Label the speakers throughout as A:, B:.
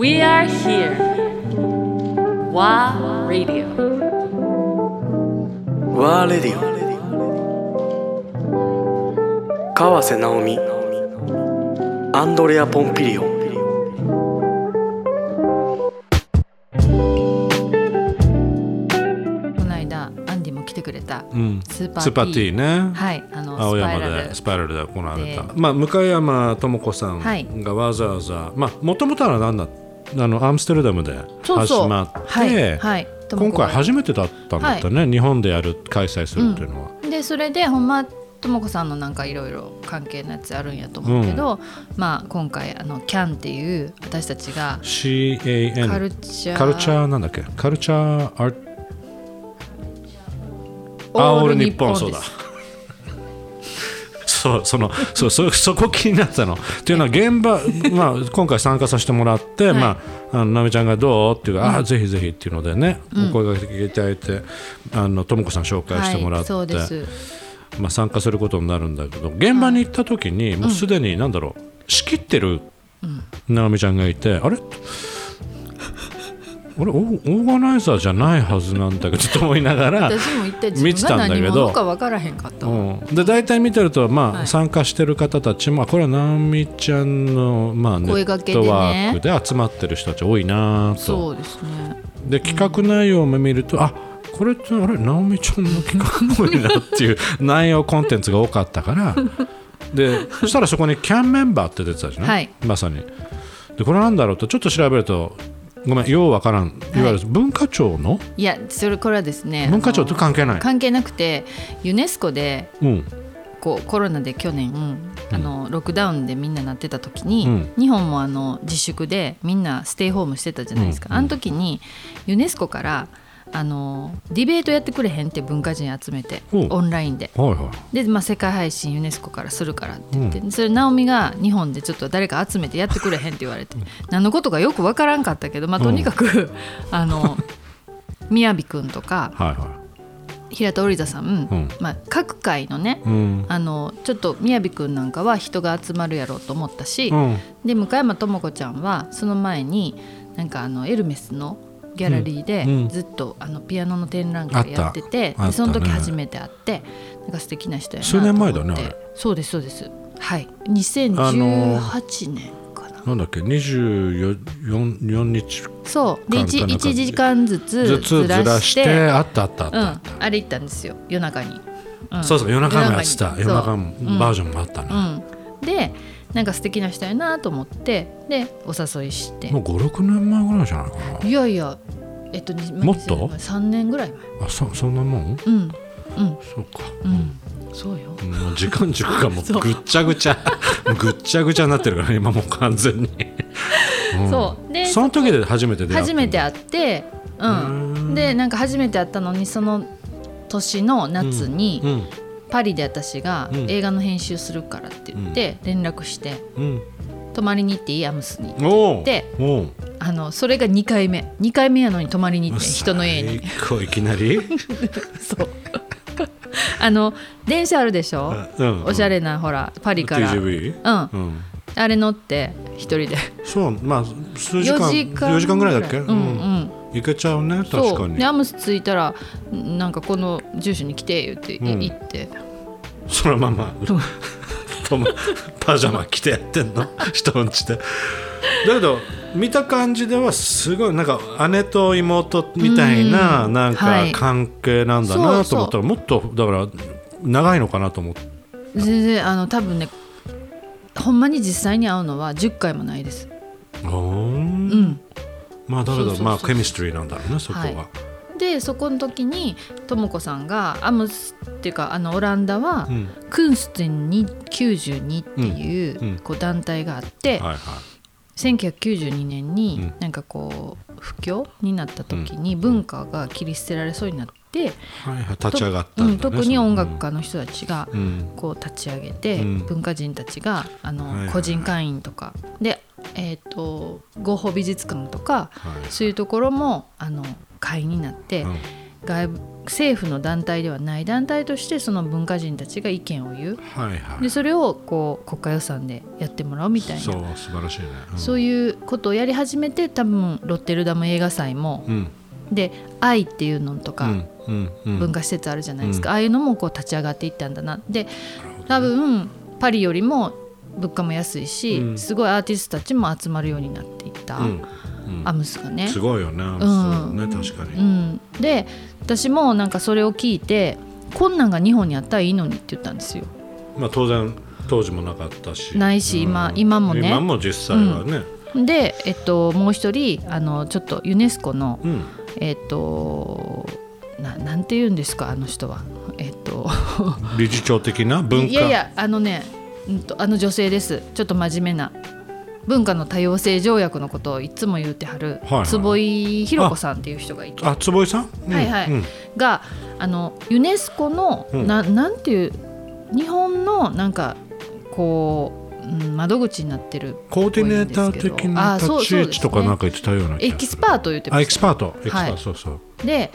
A: We are here. WA Radio.
B: ワーレディオ川瀬直美アンドレア・ポンピリオン
C: この間アンディも来てくれた
D: うん
C: スーパー
D: スーパーティーね、
C: はいあの
D: 青山
C: スパイラル
D: でスパイラルで行われた、
C: で
D: まあ、向山智子さ
C: はい
D: んがわざわざ、まあもともとは何だあのアムステルダムで
C: そう
D: 始
C: そう
D: まって
C: はいはいとも
D: 今
C: こが
D: 回初めてだったんだったね、日本でやる開催するっていうのは、
C: でそれでほんまともこさんのなんかいろいろ関係のやつあるんやと思うけど、まあ今回あのキャンっていう私たちが
D: CAN
C: カルチャー
D: カルチャーなんだっけカルチャーアート
C: オ
D: あ
C: ール
D: 俺
C: 日
D: 日
C: 本
D: 本
C: です
D: そうだ そうそのそうそそこ気になったのっていうのは 現場、まあ、今回参加させてもらって、
C: はい
D: まあ、あのなめちゃんがどうっていうああぜひぜひっていうのでね、お声がけいただいてあのともこさん紹介してもらって、
C: はい、そう です
D: まあ、参加することになるんだけど現場に行った時にもうすでに何だろう、仕切ってる直美ちゃんがいて、あれ俺オーオーガナイザーじゃないはずなんだけどと思いながら。
C: 私も一体
D: 見て
C: 自
D: た
C: 分が
D: んだけ
C: 何
D: ど
C: 者か分からへんかったわ、
D: うん、で大体見てると、まあ
C: はい
D: 参加してる方たちもあこれは直美ちゃんの、まあ、ネ
C: 声掛
D: ッ
C: けでね
D: トワークで集まってる人たち多いなと
C: そうですね
D: で企画内容も見ると、あこれってあれ直美ちゃんの企画っぽいなっていう 内容コンテンツが多かったからでそしたらそこにキャンメンバーって出てたじゃない、
C: はい
D: まさにでこれなんだろうとちょっと調べるとごめんようわからんいわゆる文化庁の、
C: いやそれこれはですね
D: 文化庁と
C: あ
D: 関係な
C: の
D: い、
C: 関係なくてユネスコで
D: うん、
C: こうコロナで去年、あのロックダウンでみんななってた時に、
D: うん
C: 日本もあの自粛でみんなステイホームしてたじゃないですか、
D: うんうん
C: あの時にユネスコからあのディベートやってくれへんって文化人集めて
D: ほう
C: オンラインで。
D: はいは
C: で、まあ、世界配信ユネスコからするからって言って、それ直美が日本でちょっと誰か集めてやってくれへんって言われて何のことかよくわからんかったけど、まあ、とにかく、 あ の宮城くんとか
D: いはいは
C: 平田織田さん、
D: うん
C: まあ、各界のね
D: いうん
C: あのちょっと雅くんなんかは人が集まるやろうと思ったし、
D: うん
C: で向山智子ちゃんはその前になんかあのエルメスのギャラリー
D: うんう
C: で
D: ん
C: ずっとあのピアノの展覧会やってて、
D: あった
C: でその時
D: あったね
C: 初めて会ってなんか素敵な人やなと
D: 数
C: 思って
D: 年前だねあれ
C: そうですそうですはい
D: あの
C: 2018年かな、
D: なんだっけ24日
C: そうで
D: 簡
C: 1,
D: 単な感じ
C: 時間ずつ
D: ずつ
C: ず
D: ずら
C: ら
D: し
C: してて
D: あったあったあっ
C: う
D: たあ
C: ん
D: った、
C: あれ行ったんですよ夜中に、うん
D: そうそう夜中もやってた
C: 夜
D: 夜
C: 中
D: 中
C: にそ
D: も
C: ううん
D: バージョンもあったね、
C: うん、でなんか素敵な人やなと思ってでお誘いして
D: もう56年前ぐらいじゃないか
C: いやいやえっとに
D: もっと
C: 3年ぐらい前
D: なあそそんなもん
C: うんうん
D: そうか、
C: うんそうよ
D: うんもう時間軸 がもうぐっちゃぐちゃぐっちゃぐちゃになってるから今もう完全に、うん
C: そうで
D: その時で初めて出会った
C: 初めて会ってうんでなんか初めて会ったのにその年の夏
D: う
C: に
D: ん
C: パリで私が
D: うん
C: 映画の編集するからって言って連絡して
D: うん
C: 泊まりに行っていいアムスに
D: おう
C: で
D: おう
C: あのそれが2回目2回目やのに泊まりに行って人の家に
D: 最高いき なり
C: そう。あの電車あるでしょ。
D: うん
C: おしゃれなほらパリから。うん。
D: TGV うん
C: あれ乗って一人で。
D: そうまあ数時間
C: 4
D: 4
C: 時
D: 時
C: 間
D: 間ぐらいだっけ
C: うんうん。
D: 行けちゃうね確
C: そ
D: か
C: う。
D: に
C: でアムス着いたらなんかこの住所に来て言ってい
D: うん
C: 行って。
D: そのままともパジャマ着てやって んの人んちでだけど見た感じではすごいなんか姉と妹みたいな
C: うん
D: なん
C: は
D: か
C: い
D: 関係なんだ
C: そう
D: なと
C: そう
D: 思ったらもっとだから長いのかなと思って
C: 全然あの多分ね。ほんまに実際に会うのは10回もないです。うん。
D: まあだけ
C: そうそう
D: ど
C: そう
D: まあケミストリーなんだろうねそこ
C: はい
D: は
C: でそこの時にとも子さんがアムスっていうかあのオランダは、
D: うん
C: クンステンに92っていう,、
D: うんうん
C: こう団体があって、
D: はいはい
C: 1992年
D: う
C: に
D: ん
C: なんかこう不況になった時に文化が切り捨てられそうになって、
D: はいはい
C: と
D: 立ち上がったんだ
C: う
D: ね
C: ん特に音楽家の人たちが
D: うん
C: こう立ち上げて、
D: うん
C: 文化人たちがあ
D: はいはいは
C: の
D: い
C: 個人会員とか、で、えー、とゴッホ美術館とか、
D: はい
C: そういうところもあの会員になって、
D: うん
C: 外部政府の団体ではない団体としてその文化人たちが意見を言う
D: はいはい
C: でそれをこう国家予算でやってもらうみたいな
D: そう素晴らしいね、うん、
C: そういうことをやり始めて多分ロッテルダム映画祭も、
D: うん
C: で愛っていうのとか、
D: うんうん
C: 文化施設あるじゃないですか、ああいうのもこう立ち上がっていったんだなで多分パリよりも物価も安いし、
D: うん
C: すごいアーティストたちも集まるようになっていった、
D: うんうん
C: アムスがね。
D: すごいよね、
C: ん
D: そうね確かに、
C: うん、で私もなんかそれを聞いてこんなんが日本にあったらいいのにって言ったんですよ。
D: まあ当然当時もなかったし
C: ないし今
D: うん
C: 今もね
D: 今も実際はね
C: で、えっと、もう一人あのちょっとユネスコの、
D: うん、
C: えっとななんて言うんですかあの人は。えっと
D: 理事長的な文化
C: いやいやあのね、うんと、あの女性ですちょっと真面目な文化の多様性条約のことをいつも言ってはる、
D: はいはい
C: 坪井弘子さんっていう人がいて。
D: あ坪井さん、うん
C: はいはい
D: うん
C: があのユネスコの、
D: うん
C: ななんていう日本のなんかこう、うん窓口になってる
D: コーディネー
C: 多
D: ター
C: いんです
D: 的
C: けど
D: な
C: あ
D: 立
C: そう
D: ち位置とかなんか言ってたような気
C: エ
D: が
C: キ
D: す
C: ス
D: る
C: パート言ってま
D: あ
C: す
D: エキスパートエキスパート、
C: はい
D: そうそう
C: で、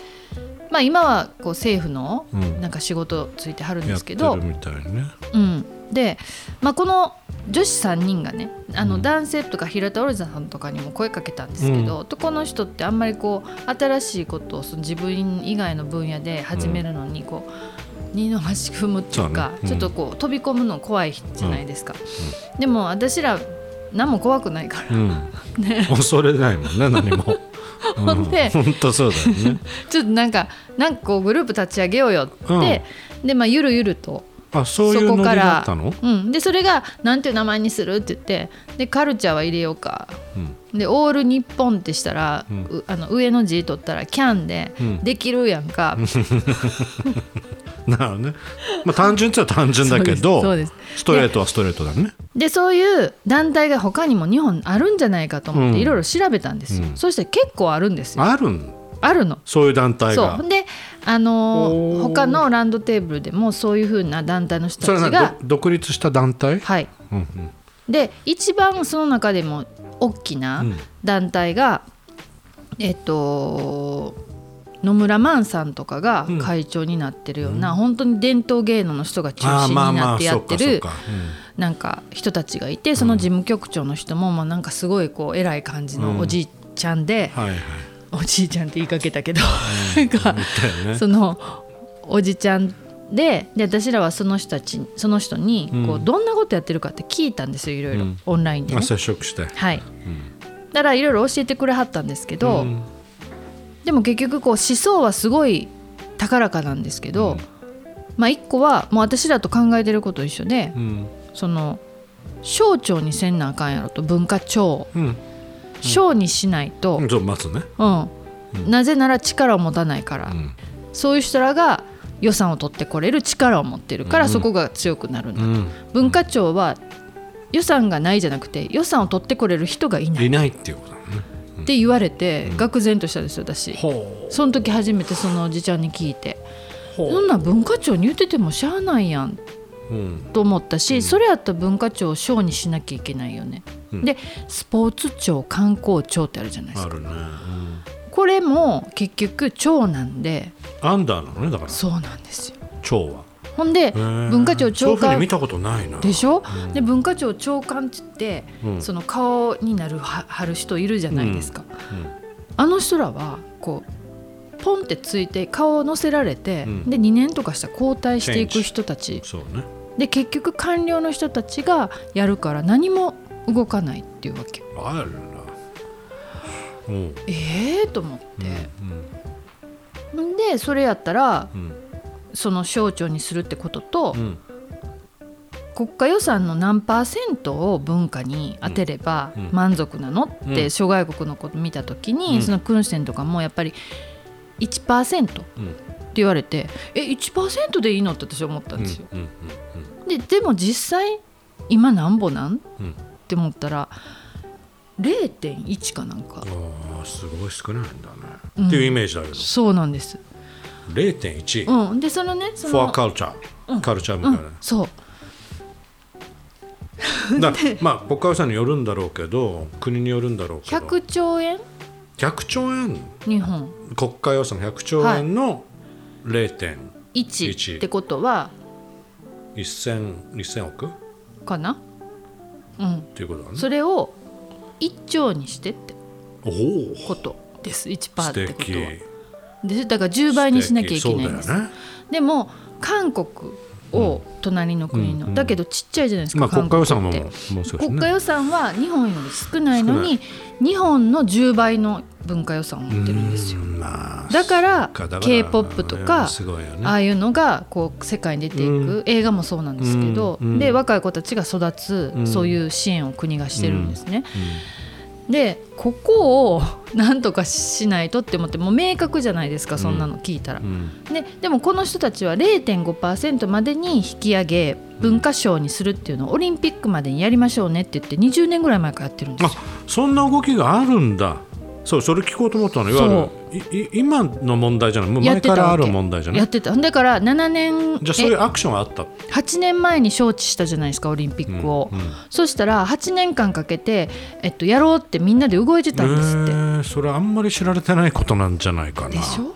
C: まあ、今はこう政府の
D: うん
C: なんか仕事ついてはるんで
D: やっ
C: す
D: て
C: けど、
D: るみたいね
C: うん、で、まあ、この女子3人がねあ
D: う
C: の
D: ん
C: 男性とか平田オルザさんとかにも声かけたんですけど、男の人ってあんまりこう新しいことをその自分以外の分野で始めるのにこう、二の足踏むっていうか
D: そうねうん
C: ちょっとこう飛び込むの怖いじゃないですか。でも私ら何も怖くないから
D: う ん、恐れないもんね何も
C: ほんで
D: うん、本当そうだよね
C: ちょっとなんかなんかこうグループ立ち上げようよって、でまあゆるゆると
D: あそういうノリだったの
C: うん、でそれがなんていう名前にするって言ってでカルチャーは入れようか
D: うん
C: でオール日本ってしたら、
D: うん
C: うあの上の字取ったらキャンで、
D: うん
C: できるやんか、
D: なるほどね、まあ、単純っちゃ単純だけど
C: そうですそう
D: ストレートはストレートだね
C: でそういう団体が他にも日本あるんじゃないかと思っ
D: う
C: て
D: ん
C: いろいろ調べたんですよ、
D: うん
C: そして結構あるんですよ
D: あるん
C: あるの
D: そういう団体
C: そう
D: が
C: ほんであの
D: お
C: ー
D: ー
C: 他のランドテーブルでもそういうふうな団体の人た
D: それ
C: ち
D: は
C: が
D: 何ど独立した団体、
C: はい
D: うんうん
C: で一番その中でも大きな
D: うん
C: 団体が、えっと野村萬さんとかが
D: うん
C: 会長になってるような、本当に伝統芸能の人が中心
D: ああ
C: に
D: まあま
C: なっ
D: あ
C: てや
D: そ
C: っ
D: う
C: て
D: かそう
C: る
D: か、
C: なんか人たちがいてその事務局長の人も、まあ、なんかすごいこう偉い感じのおじいちゃんで
D: う、ん、はいはい
C: おじいちゃんって言いかけたけど、なんか
D: 言ったよね
C: そのおじちゃんでで私らはその人たちその人にこう、
D: うん
C: どんなことやってるかって聞いたんですよいろいろ、
D: うん
C: オンラインで、
D: ま
C: ね
D: あ、接触して、
C: はい
D: うん
C: だからいろいろ教えてくれはったんですけど、
D: ん
C: でも結局こう思想はすごい高らかなんですけど、まあ一個はもう私らと考えてること一緒で、
D: うん
C: その省庁にせんなあかんやろと文化庁
D: うん
C: 省にしないと、
D: うん、そう待つね、
C: うんなぜなら力を持たないから、
D: うん
C: そういう人らが予算を取ってこれる力を持ってるから
D: うん
C: そこが強くなるんだ、
D: うん、
C: 文化庁は予算がないじゃなくて予算を取ってこれる人がいない
D: い
C: っ
D: ないっていうことだね
C: て言われて、愕然としたんですよ私。
D: ほ
C: その時初めてそのおじちゃんに聞いて
D: う
C: そんなん文化庁に言っててもしゃあないやん
D: う、うん、
C: と思ったし、それやったら文化庁を省にしなきゃいけないよね、
D: うん
C: でスポーツ庁観光庁ってあるじゃないです
D: あ
C: か
D: るね、うん、
C: これも結局庁なんで
D: アンダーなのねだから
C: そうなんですよ
D: 蝶は
C: ほんで
D: へー
C: 文化庁長
D: そういうふうに
C: 官
D: 見たことないな
C: でしょ、
D: うん
C: で文化庁長官って言って、
D: うん
C: その顔になるははる人いるじゃないですか、
D: うん
C: あの人らはこうポンってついて顔を乗せられて、
D: うん
C: で2年とかしたら交代していく人たち
D: そうね
C: で結局官僚の人たちがやるから何も動かないっていうわけ
D: あるなおう、うん
C: ええと思って、
D: うん
C: ん、でそれやったら
D: うん
C: その省庁にするってことと、
D: うん
C: 国家予算の何パーセントを文化に当てれば
D: うん
C: 満足なのっ
D: う
C: て
D: ん
C: 諸外国のこと見た時に、
D: うん
C: その君主とかもやっぱり1%って
D: うん
C: 言われて、え1%でいいのって私は思ったんですよ。
D: うんうん
C: ででも実際今なんぼなんっ
D: うんうん
C: て思ったら0.1かなんか
D: ああすごい少ないんだね、
C: うん
D: っていうイメージだけど
C: そうなんです。
D: 0.1、
C: うん、でそのねそ
D: フォ
C: の
D: アカルチャー、カルチャーみ
C: う
D: たいな、
C: ん、そう
D: だまあ国家予算によるんだろうけど国によるんだろうけど
C: 100兆円
D: 100兆円
C: 日本
D: 国家予算100兆円の0.1000一
C: 1ってことは
D: 1000億っ
C: かなうん
D: ていうことだね
C: それを1兆にしてって
D: おお
C: ことです1%
D: 素
C: ってこと
D: 敵
C: はでだから10倍にしなきゃいけないん
D: 素
C: で
D: 敵
C: す
D: そうだよね
C: でも韓国を隣の国の、
D: うんうん
C: だけどちっちゃいじゃないですか、
D: まあ国家予算も
C: 韓
D: も
C: 国っ
D: う
C: て
D: もう少し
C: 国家
D: ね
C: 予算は日本より少ないのに日本の10倍の文化予算を持ってるんですよ
D: うーんまあ
C: だから
D: そっだ
C: k p o p とか、
D: すごいよね
C: ああいうのがこう世界に出ていく、
D: うん
C: 映画もそうなんですけど、
D: うんうん
C: で若い子たちが育つ、
D: うん
C: そういう支援を国がしてるんですね。でここをなんとかしないとって思ってもう明確じゃないですかそんなの聞いたら。
D: うんうん
C: ででもこの人たちは0.5%までに引き上げ文化賞にするっていうのをオリンピックまでにやりましょうねって言って20年ぐらい前からやってるんですよ
D: あそんな動きがあるんだそうそれ聞こうと思ったのいわゆるいい今の問題じゃないもう
C: やっ
D: 前
C: て
D: か
C: た
D: らあ
C: わけ
D: る問題じゃな
C: やっ
D: い
C: てただから7年
D: じゃあそうい
C: え
D: うアクションがあった
C: 8年前に招致したじゃないですかオリンピックを、
D: うんうん
C: そしたら8年間かけて、えっと、やろうってみんなで動いてたんですって、
D: えーそれあんまり知られてないことなんじゃないかな
C: でしょ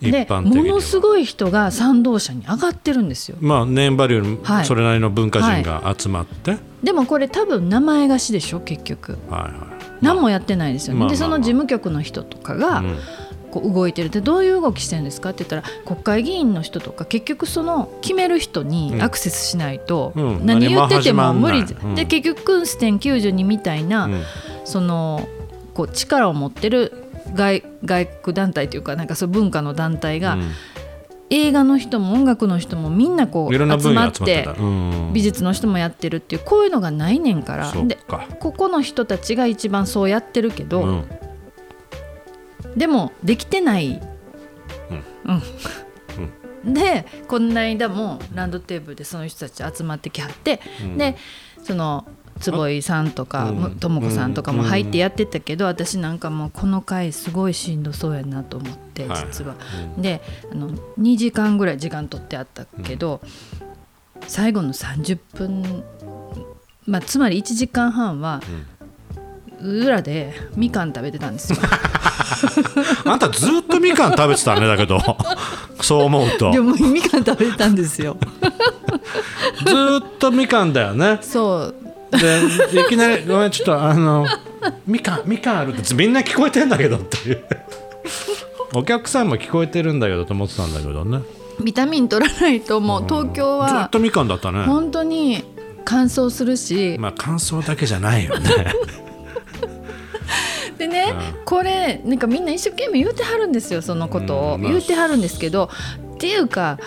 D: 一
C: で
D: 般的
C: も
D: には
C: のすごい人が賛同者に上がってるんですよ
D: まあネームバリュー
C: は
D: に
C: い
D: それなりの文化人が集まって、はい
C: でもこれ多分名前貸しでしょ結局
D: はい
C: 何もやってないですよね、
D: まあまあ
C: でその事務局の人とかが
D: うん
C: こう動いてるでどういう動きしてるんですかって言ったら国会議員の人とか結局その決める人にアクセスしないと
D: うん
C: 何言ってても無理
D: 何も始まんないうん
C: で結局クンステン92みたいな、
D: うん
C: そのこう力を持ってる外外国団体というかなんかそういう文化の団体が、映画の人も音楽の人もみんなこ
D: うん
C: う
D: いろんな
C: 集
D: 分
C: ま
D: 野
C: っ
D: 集まって
C: て
D: た、うん
C: 美術の人もやってるっていうこういうのがないねんから
D: そう
C: で
D: か
C: ここの人たちが一番そうやってるけど、
D: うん
C: でもできてない。うん でこの間もランドテーブルでその人たち集まってきはって、でその坪井さんとか
D: うん
C: とも子さんとかも入ってやってたけど、私なんかもうこの回すごいしんどそうやなと思って
D: はい
C: 実は。であの2時間ぐらい時間取ってあったけど、最後の30分、まあ、つまり1時間半は、裏でみかん食べてたんですよ。
D: あんたずっとみかん食べてたねだけど そう思うと
C: でもみかん食べてたんですよ。
D: ずっとみかんだよね
C: そう
D: でいきなり「ごめんちょっとあのみかんみかんある」ってみんな聞こえてんだけどって いうお客さんも聞こえてるんだけどと思ってたんだけどね
C: ビタミン取らないともう東京
D: ずっ
C: は
D: とみかんだったね
C: 本当に乾燥するし、
D: まあ感想だけじゃないよ ね
C: でね、これなんかみんな一生懸命言うてはるんですよそのことを、
D: うんまあ
C: 言うてはるんですけどっていうか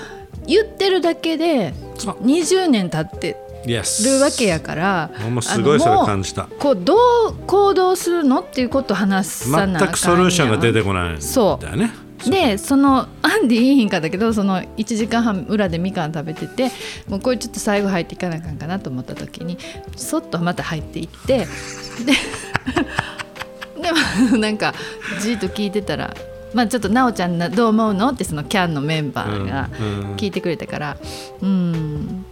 C: 言ってるだけで20年経ってるわけやから
D: もうすごいそれ
C: あのもう
D: 感じた
C: こうどう行動するのっていうことを話さなあかんやん
D: 全くソリューションが出てこないん
C: そう
D: だよね
C: でそのアンディいいひんかだけどその1時間半裏でみかん食べててもうこれちょっと最後入っていかなあかんかなと思った時にそっとまた入っていってででもなんかじーっと聞いてたら「まあ、ちょっと奈緒ちゃんなどう思うの?」ってそのキャンのメンバーが
D: うんうん
C: 聞いてくれたからうん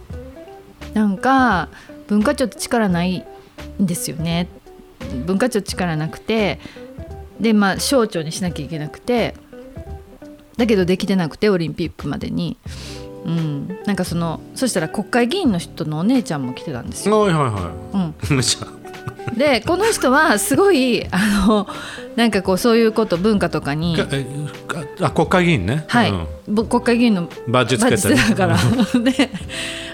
C: なんか文化庁って力ないんですよね文化庁力なくてでまあ省庁にしなきゃいけなくてだけどできてなくてオリンピックまでに、うん、なんかそのそしたら国会議員の人のお姉ちゃんも来てたんです よ。
D: はいはいは
C: うん、
D: い めちゃ
C: でこの人はすごいあのなんかこうそういうこと文化とかに
D: か。えあ国会議員ね
C: はい、
D: うん
C: ぼ国会議員の
D: バッジつけてね
C: バッだから、 で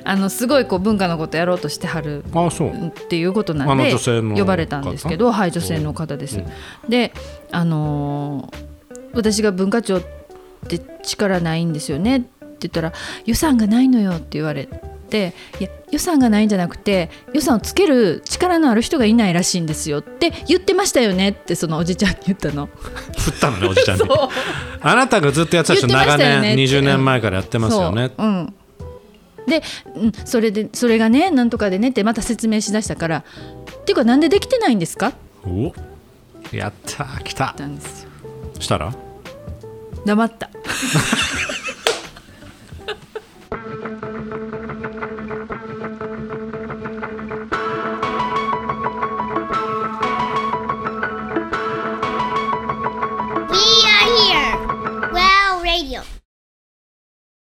C: あのすごいこう文化のことやろうとしてはる
D: あそう
C: っていうことな
D: あ
C: ん
D: の
C: で
D: 女性の
C: 呼ばれたんですけど、
D: 方
C: はい、女性の方です。
D: うん
C: で、あのー私が文化庁って力ないんですよねって言ったら予算がないのよって言われていや予算がないんじゃなくて予算をつける力のある人がいないらしいんですよって言ってましたよねってそのおじちゃんに言ったの。
D: 振ったのねおじちゃ んにあなたがずっとやってたでしょ
C: 言ってまし
D: 長
C: たよ
D: 年
C: ね
D: 20年前からやってますよね
C: そううん、で、うん、それでそれがねなんとかでねってまた説明しだしたから「っていうかなんでできてないんですか?」って
D: おやったー来た
C: 言ったんですよ
D: したら
C: 黙った